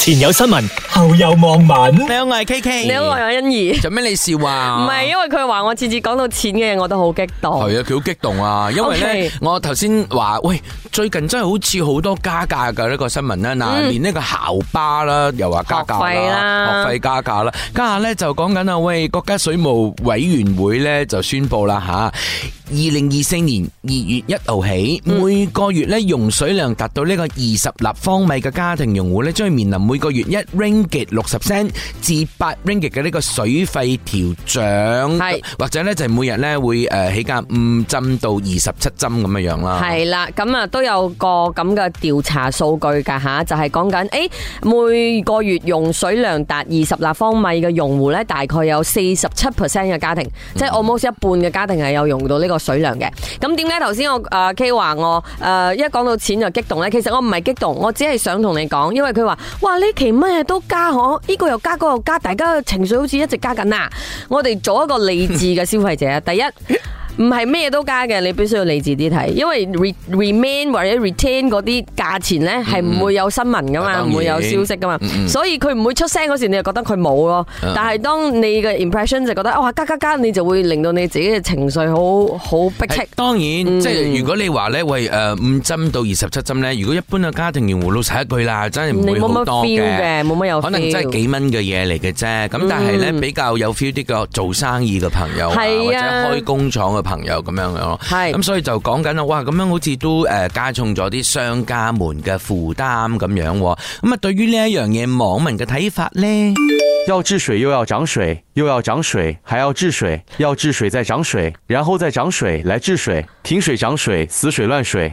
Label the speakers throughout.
Speaker 1: 前有新聞，後有網民。
Speaker 2: 你好，我係 K K。
Speaker 3: 你好，我係欣怡。
Speaker 2: 做咩你笑啊？
Speaker 3: 唔係，因為佢話我次次講到錢嘅嘢，我都好激動。
Speaker 2: 係啊，佢好激動啊！因為咧
Speaker 3: Okay，
Speaker 2: 我頭先話喂，最近真係好似好多加價嘅呢個新聞啦。
Speaker 3: 嗯
Speaker 2: 嗱，連呢個校巴啦，又話加價
Speaker 3: 學費
Speaker 2: 啦，
Speaker 3: 啦
Speaker 2: 學費加價啦。家下咧就講緊啊，喂，國家水務委員會咧就宣布啦吓，二零二四年二月一號起，每個月咧用水量達到呢個二十立方米嘅家庭用戶咧，將會面臨每個月一 ringgit 六十 cent 至八 ringgit 嘅呢個水費調漲。
Speaker 3: 係
Speaker 2: 或者咧就係每日咧會誒起價五針到二十七針咁樣樣啦。
Speaker 3: 係啦，咁啊都有個咁嘅調查數據㗎吓，就係講緊誒每個月用水量達二十立方米嘅用戶咧，大概有四十七 percent 嘅家庭，即係 almost 一半嘅家庭係有用到呢個水量嘅。咁點解頭先我誒 K 話我誒一講到錢就激動咧？其實我唔係激動，我只係想同你講，因為佢話哇呢期乜嘢都加可，呢個又加嗰個又加，大家嘅情緒好似一直加緊啊！我哋做一個理智嘅消費者，第一。唔係咩都加嘅，你必須要理智啲睇，因為 re, remain 或者 retain 嗰啲價錢呢，係唔會有新聞噶
Speaker 2: 啊
Speaker 3: 嘛，
Speaker 2: 當然
Speaker 3: 唔會有消息噶嘛，
Speaker 2: 嗯嗯
Speaker 3: 所以佢唔會出聲嗰時，你就覺得佢冇咯。但係當你嘅 impression 就覺得哇加加加，你就會令到你自己嘅情緒好好逼
Speaker 2: 係
Speaker 3: 戚。
Speaker 2: 當然，
Speaker 3: 嗯
Speaker 2: 即係如果你話咧，喂誒五針到二十七針咧，如果一般嘅家庭用戶老實一句啦，真係
Speaker 3: 你
Speaker 2: 唔會
Speaker 3: 冇
Speaker 2: 好
Speaker 3: 乜
Speaker 2: 多
Speaker 3: feel 嘅，冇乜有 feel。嗯
Speaker 2: 可能真係幾蚊嘅嘢嚟嘅啫，咁但係咧比較有 feel 啲嘅做生意嘅朋友啊，或
Speaker 3: 係
Speaker 2: 者
Speaker 3: 啊
Speaker 2: 開工廠嘅朋友咁樣樣咯。
Speaker 3: 係
Speaker 2: 咁所以就講緊啦，哇咁樣好似都誒加重咗啲商家們嘅負擔咁樣喎。咁啊，對於呢一樣嘢，網民嘅睇法咧？
Speaker 4: 要治水又要涨水，又要涨水，还要治水，要治水再涨水，然后再涨水来治水，停水涨水，死水乱水。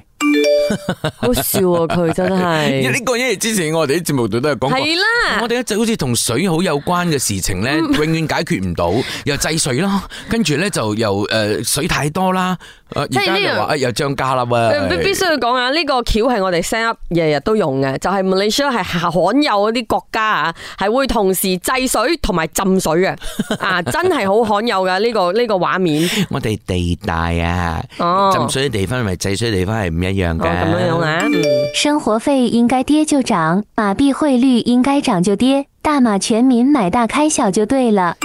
Speaker 3: 好笑啊！佢真
Speaker 2: 因為
Speaker 3: 係
Speaker 2: 呢個因為之前我哋啲節目度都有講過。
Speaker 3: 係啦
Speaker 2: 我。哋一直好似同水好有關嘅事情咧，永遠解決唔 到，又制水啦，跟住咧就又诶水太多啦，誒而
Speaker 3: 即係
Speaker 2: 家
Speaker 3: 呢樣
Speaker 2: 又話誒又漲價啦喎，
Speaker 3: 必必須要講啊！呢、個橋係我哋 set up à, 日日都用嘅，就係、Malaysia 係罕有嗰啲國家啊，係會同時制水同埋浸水嘅啊！真係好罕有噶呢、個呢、個畫面
Speaker 2: 我哋地大啊，
Speaker 3: 哦
Speaker 2: 浸水嘅地方同埋制水嘅地方係唔一樣
Speaker 3: 哦，咁樣樣
Speaker 2: 嘅。
Speaker 3: 啊！嗯
Speaker 5: 生活费应该跌就涨，马币汇率应该涨就跌，大马全民买大开小就对了。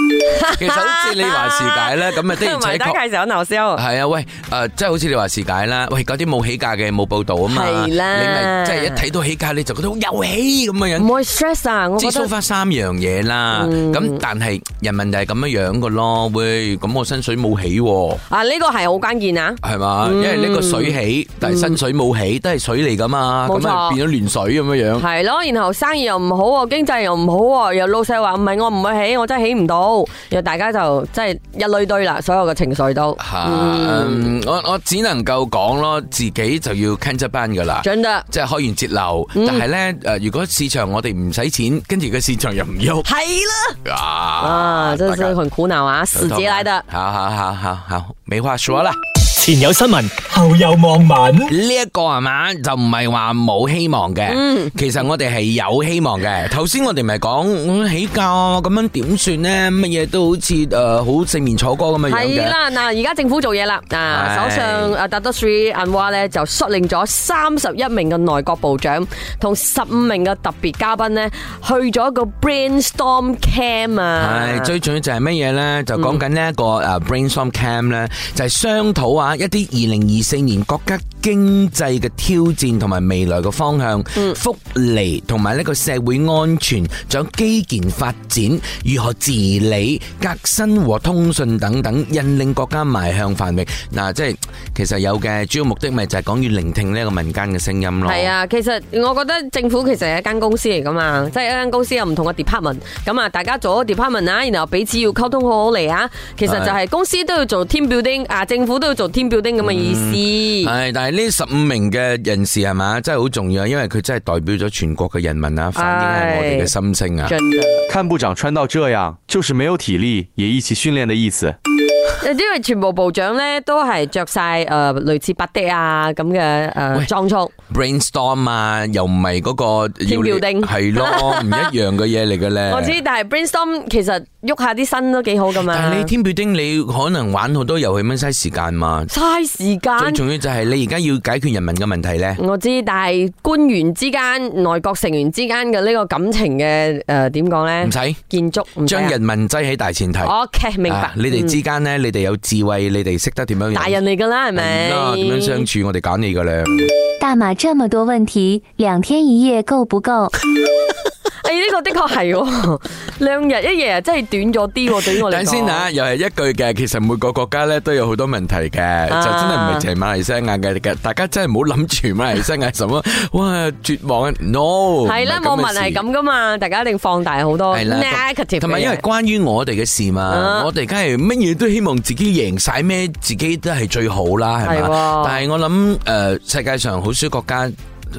Speaker 2: 其實好似你話是解咧，咁啊 的而
Speaker 3: 埋
Speaker 2: 且
Speaker 3: 單
Speaker 2: 確。
Speaker 3: 介紹牛燒。
Speaker 2: 系啊，喂，诶、即係好似你話是解啦，喂，嗰啲冇起價嘅冇報道啊嘛，
Speaker 3: 係啦
Speaker 2: 你咪即係一睇到起價你就覺得好有喜咁嘅樣。
Speaker 3: 唔可以 stress à, 啊！我
Speaker 2: 知
Speaker 3: 覺
Speaker 2: 收
Speaker 3: 得
Speaker 2: 翻三樣嘢啦，
Speaker 3: 嗯
Speaker 2: 咁、但係人民就係咁樣樣嘅咯，喂，咁我薪水冇起喎，
Speaker 3: 啊，呢個係好關鍵啊！
Speaker 2: 係嘛？因為呢個水起，但係薪水冇起，都係水嚟噶嘛，
Speaker 3: 冇
Speaker 2: 咁
Speaker 3: 錯
Speaker 2: 啊變咗亂水咁樣樣。
Speaker 3: 係咯，然後生意又唔好喎，經濟又唔好喎，又老細話唔係我唔會起，我真係起唔到，又大家就真係一堆堆啦，所有嘅情緒都
Speaker 2: 吓、嗯我我只能夠講咯，自己就要跟一班噶啦。
Speaker 3: 準得。
Speaker 2: 即係開源節流，但係咧誒，如果市場我哋唔使錢，跟住個市場又唔喐，
Speaker 3: 係啦，
Speaker 2: 啊
Speaker 3: 啊，真
Speaker 2: 大
Speaker 3: 是
Speaker 2: 家
Speaker 3: 很苦惱啊，死結來的。
Speaker 2: 好好好好好，沒話說啦。
Speaker 1: 前有新聞，後有網民。
Speaker 2: 呢一個係嘛，就唔係話冇希望嘅。
Speaker 3: 嗯
Speaker 2: 其實我哋係有希望嘅。頭先我哋咪講嗯起價啊咁樣點算呢？乜嘢都好似诶、呃好四面楚歌咁嘅樣
Speaker 3: 係
Speaker 2: 嘅。
Speaker 3: 啦，嗱，而家政府做嘢啦，
Speaker 2: 係
Speaker 3: 嗱，首相阿達多斯里安華咧就率領咗三十一名嘅內閣部長同十五名嘅特別嘉賓呢，去咗一個 brainstorm camp 啊，
Speaker 2: 係最重要就係乜嘢呢？就講緊呢一個诶 brainstorm camp 呢，就係商討啊一啲二零二四年國家經濟嘅挑戰同埋未來嘅方向、福利同埋呢個社會安全，仲有基建發展如何治理、革新和通訊等等，引領國家邁向繁榮。嗱、即係其實有嘅主要目的咪就係講要聆聽呢一個民間嘅聲音咯。
Speaker 3: 係啊，其實我覺得政府其實係一間公司嚟噶嘛，即係一間公司有唔同嘅 department，咁啊大家做咗 department 啊，然後彼此要溝通好好嚟啊，其實就係公司都要做 team building 啊，政府都要做 team building 咁嘅意思。
Speaker 2: 系，但系呢十五名嘅人士系嘛，真系好重要，因为佢真系代表咗全国嘅人民啊，反映係我哋嘅心聲啊。
Speaker 3: 真的
Speaker 4: 看部长穿到这样，就是没有体力，也一起训练的意思。
Speaker 3: 呃因為全部部長咧都係着晒诶类似白的啊咁嘅诶
Speaker 2: 喂
Speaker 3: 裝束，
Speaker 2: brainstorm 啊，又唔係嗰個
Speaker 3: 天
Speaker 2: 要
Speaker 3: 吊丁
Speaker 2: 係 咯，唔一樣嘅嘢嚟嘅咧。
Speaker 3: 我知，但係 brainstorm 其實喐下啲身都幾好噶嘛，
Speaker 2: 但係你天吊丁，你可能玩好多遊戲，咁嘥時間嘛。
Speaker 3: 嘥時
Speaker 2: 最
Speaker 3: 間。
Speaker 2: 重要就係你而家要解決人民嘅問題咧。
Speaker 3: 我知，但係官員之間、內閣成員之間嘅呢個感情嘅呃诶點講咧
Speaker 2: 唔？使
Speaker 3: 建築嗯唔使
Speaker 2: 將
Speaker 3: 啊
Speaker 2: 人民擠喺大前提。
Speaker 3: OK，明白
Speaker 2: 啊。你哋之間呢，你哋有智慧，你哋識得點樣人
Speaker 3: 嗯
Speaker 2: 嗯
Speaker 3: 大人嚟噶啦，係咪？
Speaker 2: 係啦，點樣相處，我哋揀你噶啦。
Speaker 5: 大马这么多问题，两天一夜够不够？
Speaker 3: 诶，哎呢個的確係喎， 兩日一夜真係短咗啲喎，對於我嚟
Speaker 2: 等
Speaker 3: 講。
Speaker 2: 先啊，又係一句嘅，其實每個國家咧都有好多問題嘅，就真係唔係淨係馬來西亞嘅嘅，大家真係唔好諗住馬來西亞什麼， 哇絕望啊，no，
Speaker 3: 係啦，
Speaker 2: 唔
Speaker 3: 網
Speaker 2: 咁嘅
Speaker 3: 民
Speaker 2: 事
Speaker 3: 係。咁噶嘛，大家一定放大好多
Speaker 2: 係啦
Speaker 3: negative
Speaker 2: 同埋因為
Speaker 3: 嘅嘢
Speaker 2: 關於我哋嘅事嘛
Speaker 3: 啊，
Speaker 2: 我哋梗係乜嘢都希望自己贏晒咩，自己都係最好啦，係嘛
Speaker 3: 係喎？
Speaker 2: 但係我諗诶，誒世界上好少國家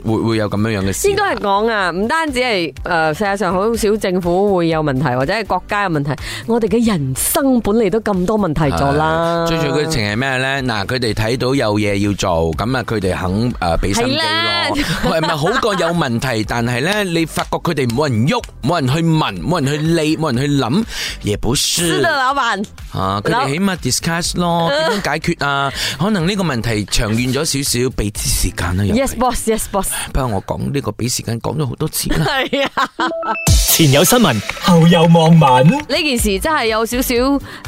Speaker 2: 會會有咁樣樣嘅事。
Speaker 3: 應該係講啊，唔單止係誒世界上好少政府會有問題，或者係國家有問題，我哋嘅人生本嚟都咁多問題咗啦。
Speaker 2: 最重要嘅情係咩咧？嗱，佢哋睇到有嘢要做，咁啊，佢哋肯诶俾心機咯。
Speaker 3: 係
Speaker 2: 係咪好過有問題？但係咧，你發覺佢哋冇人喐，冇人去問，冇人去理，冇人去諗，也不
Speaker 3: 是
Speaker 2: 是
Speaker 3: 的，老闆，
Speaker 2: 啊！佢哋起碼 discuss 咯，點樣解決啊？可能呢個問題長遠咗少少，俾啲時間啦。又係
Speaker 3: Yes boss，Yes boss，
Speaker 2: 不過我講呢個俾時間講咗好多 次 啦。
Speaker 3: 係啊。
Speaker 1: 前有新聞，後有網民。
Speaker 3: 呢件事真係有少少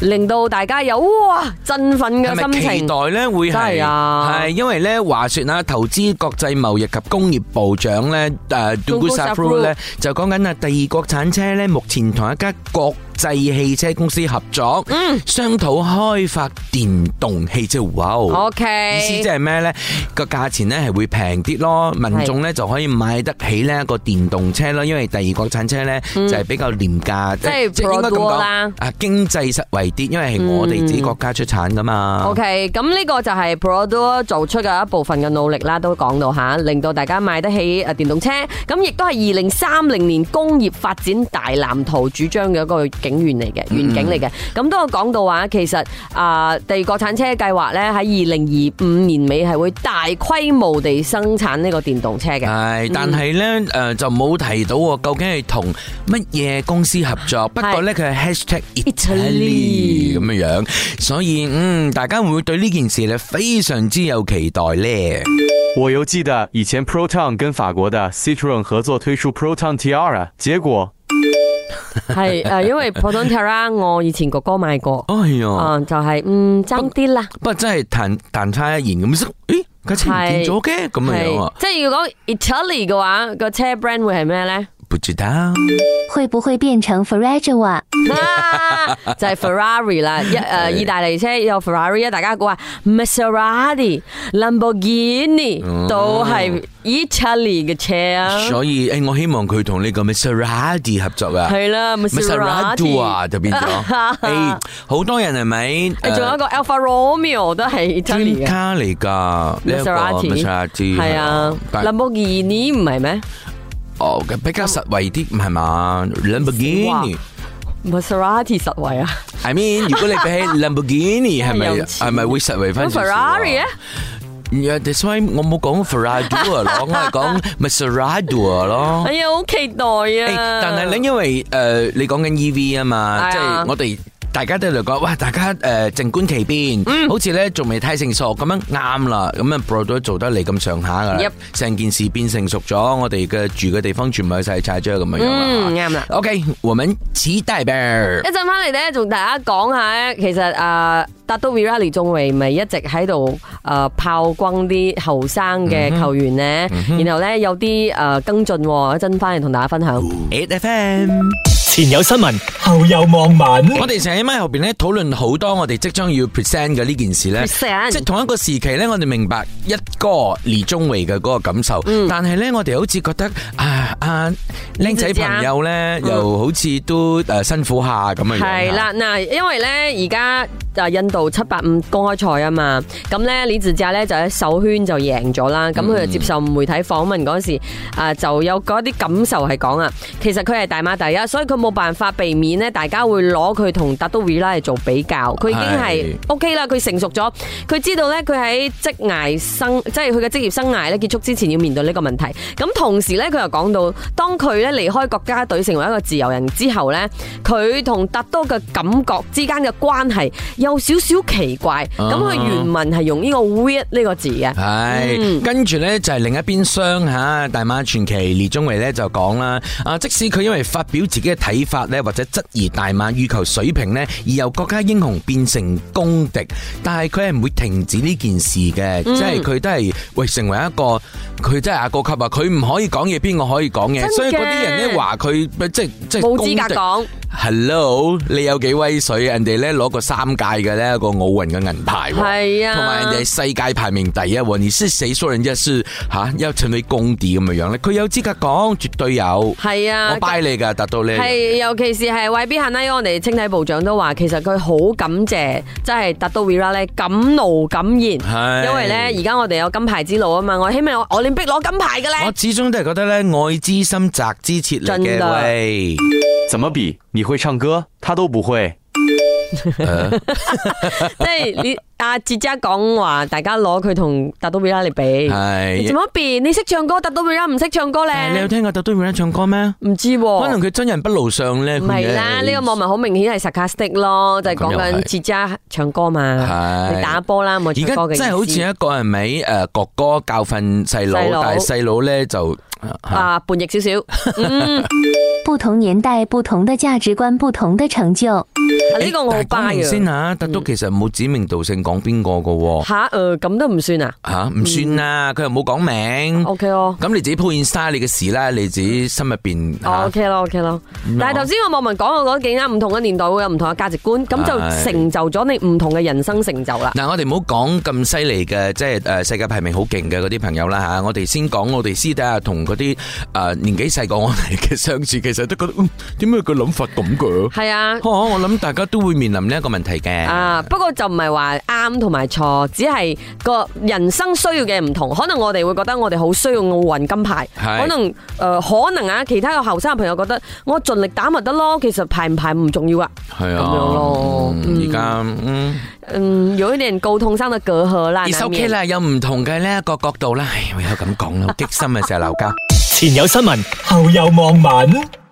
Speaker 3: 令到大家有哇振奮嘅
Speaker 2: 係咪
Speaker 3: 心
Speaker 2: 期
Speaker 3: 情。
Speaker 2: 待咧會
Speaker 3: 真係
Speaker 2: 係
Speaker 3: 啊
Speaker 2: 係因為咧話說啊，投資國際貿易及工業部長咧誒 d u g u
Speaker 3: Dugu
Speaker 2: s a f r u
Speaker 3: Safrul
Speaker 2: 咧就講緊啊，第二國產車咧目前同一家國際汽車公司合作，
Speaker 3: 嗯
Speaker 2: 商討開發電動汽車。哇哦
Speaker 3: O K，
Speaker 2: 意思即係咩呢？個價錢呢係會平啲咯，民眾呢就可以買得起呢個電動車咯，因為第二國產車呢就係比較廉價，
Speaker 3: 即係
Speaker 2: 應該咁
Speaker 3: Pro Duo
Speaker 2: 講
Speaker 3: 啦
Speaker 2: 啊經濟實惠啲，因為係我哋自己國家出產噶嘛。
Speaker 3: O K，咁呢個就係 Prodo 做出嘅一部分嘅努力啦，都講到吓，令到大家買得起呃誒電動車，咁亦都係二零三零年工業發展大藍圖主張嘅一個景願嚟嘅
Speaker 2: 嗯
Speaker 3: 願景嚟嘅。咁都有講到話，其實啊、第二國產車計劃呢，喺二零二五年尾係會大規模地生產呢個電動車嘅。
Speaker 2: 係，但係呢，诶、就冇提到喎究竟係同乜嘢公司合作。不過呢，佢係 hashtag
Speaker 3: Italy
Speaker 2: Italy 咁樣样，所以嗯，大家會唔會對呢件事呢非常之有期待呢？
Speaker 4: 我犹记得以前 Proton 跟法国的 Citroen 合作推出 Proton Tiara，结果
Speaker 3: 係誒、呃 因為 Proton Terra 我以前哥哥買過，
Speaker 2: 哎呀！
Speaker 3: 啊、就係、嗯爭啲啦。
Speaker 2: 不過真係彈彈差一言咁，咦？架車唔見咗嘅咁樣樣啊
Speaker 3: 係，即係如果 Italy 嘅話，個車 brand 會係咩咧？
Speaker 2: 不知道。
Speaker 5: 会不会变成 f e r r a g e a
Speaker 3: 啊 就係 Ferrari 啦，一誒意大利車有 Ferrari 啊，大家估下 Maserati、Lamborghini 都係 Italy 嘅車啊，
Speaker 2: 所以誒，我希望佢同呢個 Maserati 合作啊
Speaker 3: 係啦
Speaker 2: ，Maserati
Speaker 3: ，Maserati
Speaker 2: 啊就 變咗。誒，好多人係咪？
Speaker 3: 誒仲有一個 Alfa Romeo 都係 Italy
Speaker 2: 專
Speaker 3: 嘅。
Speaker 2: 卡嚟㗎，呢一個 Maserati
Speaker 3: 係啊
Speaker 2: 但
Speaker 3: ，Lamborghini 唔係咩
Speaker 2: 哦比較實惠啲唔係嘛？Lamborghini。
Speaker 3: ？Maserati 實惠啊
Speaker 2: I mean，如果你比起 Lamborghini 係咪
Speaker 3: 有錢
Speaker 2: 係咪會實惠翻少少啊
Speaker 3: ，Ferrari 咧？
Speaker 2: Yeah, that's why 我冇講 Ferrari 咯，我係講 Maserati 咯。
Speaker 3: 哎呀，好期待
Speaker 2: 誒
Speaker 3: 啊！
Speaker 2: 但係咧，因為誒、呃你講緊 EV 啊嘛，
Speaker 3: 係
Speaker 2: 即
Speaker 3: 啊
Speaker 2: 係我哋。大家都嚟講，哇！大家誒、呃、靜觀其變，好似咧仲未太成熟咁樣啱啦，咁啊 Bro 都做得嚟咁上下噶啦
Speaker 3: Yep，
Speaker 2: 成件事變成熟咗，我哋嘅住嘅地方全部有晒柴雀咁樣樣啦
Speaker 3: 嗯，啱啦。
Speaker 2: OK，我們期待唄
Speaker 3: 一。陣翻嚟咧，同大家講下咧，其實啊，達到 Virali 仲未咪一直喺度誒炮轟啲後生嘅球員咧，然後咧有啲誒跟進喎，一陣翻嚟同大家分享。
Speaker 2: 8 FM。
Speaker 1: 前有新聞，後有網民。
Speaker 2: 我哋成日喺咪後邊咧討論好多我哋即將要 present 嘅呢件事咧，
Speaker 3: Present
Speaker 2: 即係同一個時期咧，我哋明白一哥李宗偉嘅嗰個感受，
Speaker 3: 嗯
Speaker 2: 但係咧我哋好似覺得啊啊僆仔朋友咧又好似都誒辛苦下咁嘅樣啊
Speaker 3: 係，啦，嗱，因為咧而家啊印度七八五公開賽啊嘛，咁咧李治佳咧就喺首圈就贏咗啦，咁佢就接受媒體訪問嗰時啊就有嗰啲感受係講啊，其實佢係大馬第一，所以佢冇辦法避免呢，大家會攞佢同達都 v i l a 做比較。佢已經係
Speaker 2: 係
Speaker 3: OK 啦，佢成熟咗，佢知道呢，佢喺職涯生，即係佢嘅職業生涯咧結束之前要面對呢個問題。咁同時呢，佢又講到，當佢咧離開國家隊成為一個自由人之後呢，佢同達都嘅感覺之間嘅關係有少少奇怪。咁佢原文係用呢個 weird 呢個字嘅。嗯
Speaker 2: 系，跟住呢就係另一邊廂吓，大馬傳奇列宗維呢就講啦，啊，即使佢因為發表自己嘅睇法呢，或者質疑大馬羽球水平呢，而由國家英雄變成公敵，但係佢係唔會停止呢件事嘅，
Speaker 3: 嗯
Speaker 2: 即係佢都係喂成為一個佢真係阿哥級啊，佢唔可以講嘢，邊個可以講嘢
Speaker 3: 真？嘅
Speaker 2: 所以嗰啲人呢話佢即係即係
Speaker 3: 冇
Speaker 2: 公敵
Speaker 3: 資格講。
Speaker 2: Hello，你有幾威水？人哋咧攞過三屆嘅呢個奧運嘅銀牌喎，
Speaker 3: 係啊
Speaker 2: 同埋人哋係世界排名第一喎。你是誰說人家是吓要成為公敵咁嘅樣咧？佢有資格講，絕對有。
Speaker 3: 係啊
Speaker 2: 我，拜你㗎，達到你。
Speaker 3: 係，尤其是係 YB 肯拉，我哋青體部長都話，其實佢好感謝，即係達到 Vera 咧，敢怒敢言，
Speaker 2: 係
Speaker 3: 因為咧而家我哋有金牌之路啊嘛，我希望我我連碧攞金牌嘅
Speaker 2: 我
Speaker 3: 咧，
Speaker 2: 始終都係覺得咧，愛之深，責之切嚟
Speaker 3: 真
Speaker 2: 嘅
Speaker 3: 㗎
Speaker 2: 喂。
Speaker 4: 怎么比？你会唱歌，他都不会。
Speaker 3: 即係你阿哲姐講話，大家攞佢同達到 Vera 嚟比，你
Speaker 2: 係
Speaker 3: 做。乜變？你識唱歌，達到 Vera 唔識唱歌
Speaker 2: 但係你有
Speaker 3: 咧，
Speaker 2: 聽過達到 Vera 唱歌咩？
Speaker 3: 唔知喎。
Speaker 2: 可能佢真人不露相咧。
Speaker 3: 哦唔係啦，
Speaker 2: 佢
Speaker 3: 呢個網民好明顯係 sarcastic 咯，就係講
Speaker 2: 咁又係
Speaker 3: 緊哲姐唱歌嘛，
Speaker 2: 係
Speaker 3: 你打波啦，冇
Speaker 2: 而
Speaker 3: 唱
Speaker 2: 家
Speaker 3: 歌嘅
Speaker 2: 真係好似啊
Speaker 3: 意思
Speaker 2: 一個係咪誒哥哥教訓細
Speaker 3: 細
Speaker 2: 佬，
Speaker 3: 佬
Speaker 2: 但係細佬咧就嚇
Speaker 3: 啊，叛逆少少。
Speaker 5: 不同年代、不同的价值观、不同的成就。
Speaker 3: 啊呢個我好
Speaker 2: 但係講
Speaker 3: buy
Speaker 2: 明先啊
Speaker 3: 嘅。
Speaker 2: 嚇，特都其實冇指名道姓講邊個嘅喎
Speaker 3: 吓，誒咁都唔算啊
Speaker 2: 嚇，唔算啦，佢又冇講名。
Speaker 3: ？OK 咯。
Speaker 2: 咁你自己 p o i n 你嘅事啦，你自己心入邊嚇
Speaker 3: o k 咯，OK Ờ, 咯。但係頭先個網民講，我覺得幾啱，唔同嘅年代會有唔同嘅價值觀，咁
Speaker 2: 係
Speaker 3: 就成就咗你唔同嘅人生成就啦。
Speaker 2: 嗱，我哋唔好講咁犀利嘅，即係誒世界排名好勁嘅嗰啲朋友啦嚇，我哋先講我哋私底下同嗰啲誒年紀細過我哋嘅相處，其實都覺得嗯點解佢諗法咁 嘅？
Speaker 3: 係啊，
Speaker 2: 哦我諗大家都會面臨呢一個問題嘅。
Speaker 3: 啊，不過就唔係話啱同埋錯，只係個人生需要嘅唔同。可能我哋會覺得我哋好需要奧運金牌，
Speaker 2: 係
Speaker 3: 可能誒、呃可能啊，其他嘅後生嘅朋友覺得我盡力打咪得咯，其實排唔排唔重要啊。
Speaker 2: 系啊，
Speaker 3: 咁樣咯
Speaker 2: 嗯
Speaker 3: 嗯
Speaker 2: 而家嗯
Speaker 3: 嗯，有一點溝通上的隔阂啦，
Speaker 2: ，it's
Speaker 3: 難
Speaker 2: OK
Speaker 3: 免
Speaker 2: 啦，有唔同嘅呢一个角度啦，唉，唯有咁講啦，好激心啊，成日鬧交。
Speaker 1: 前有新聞，後有網民。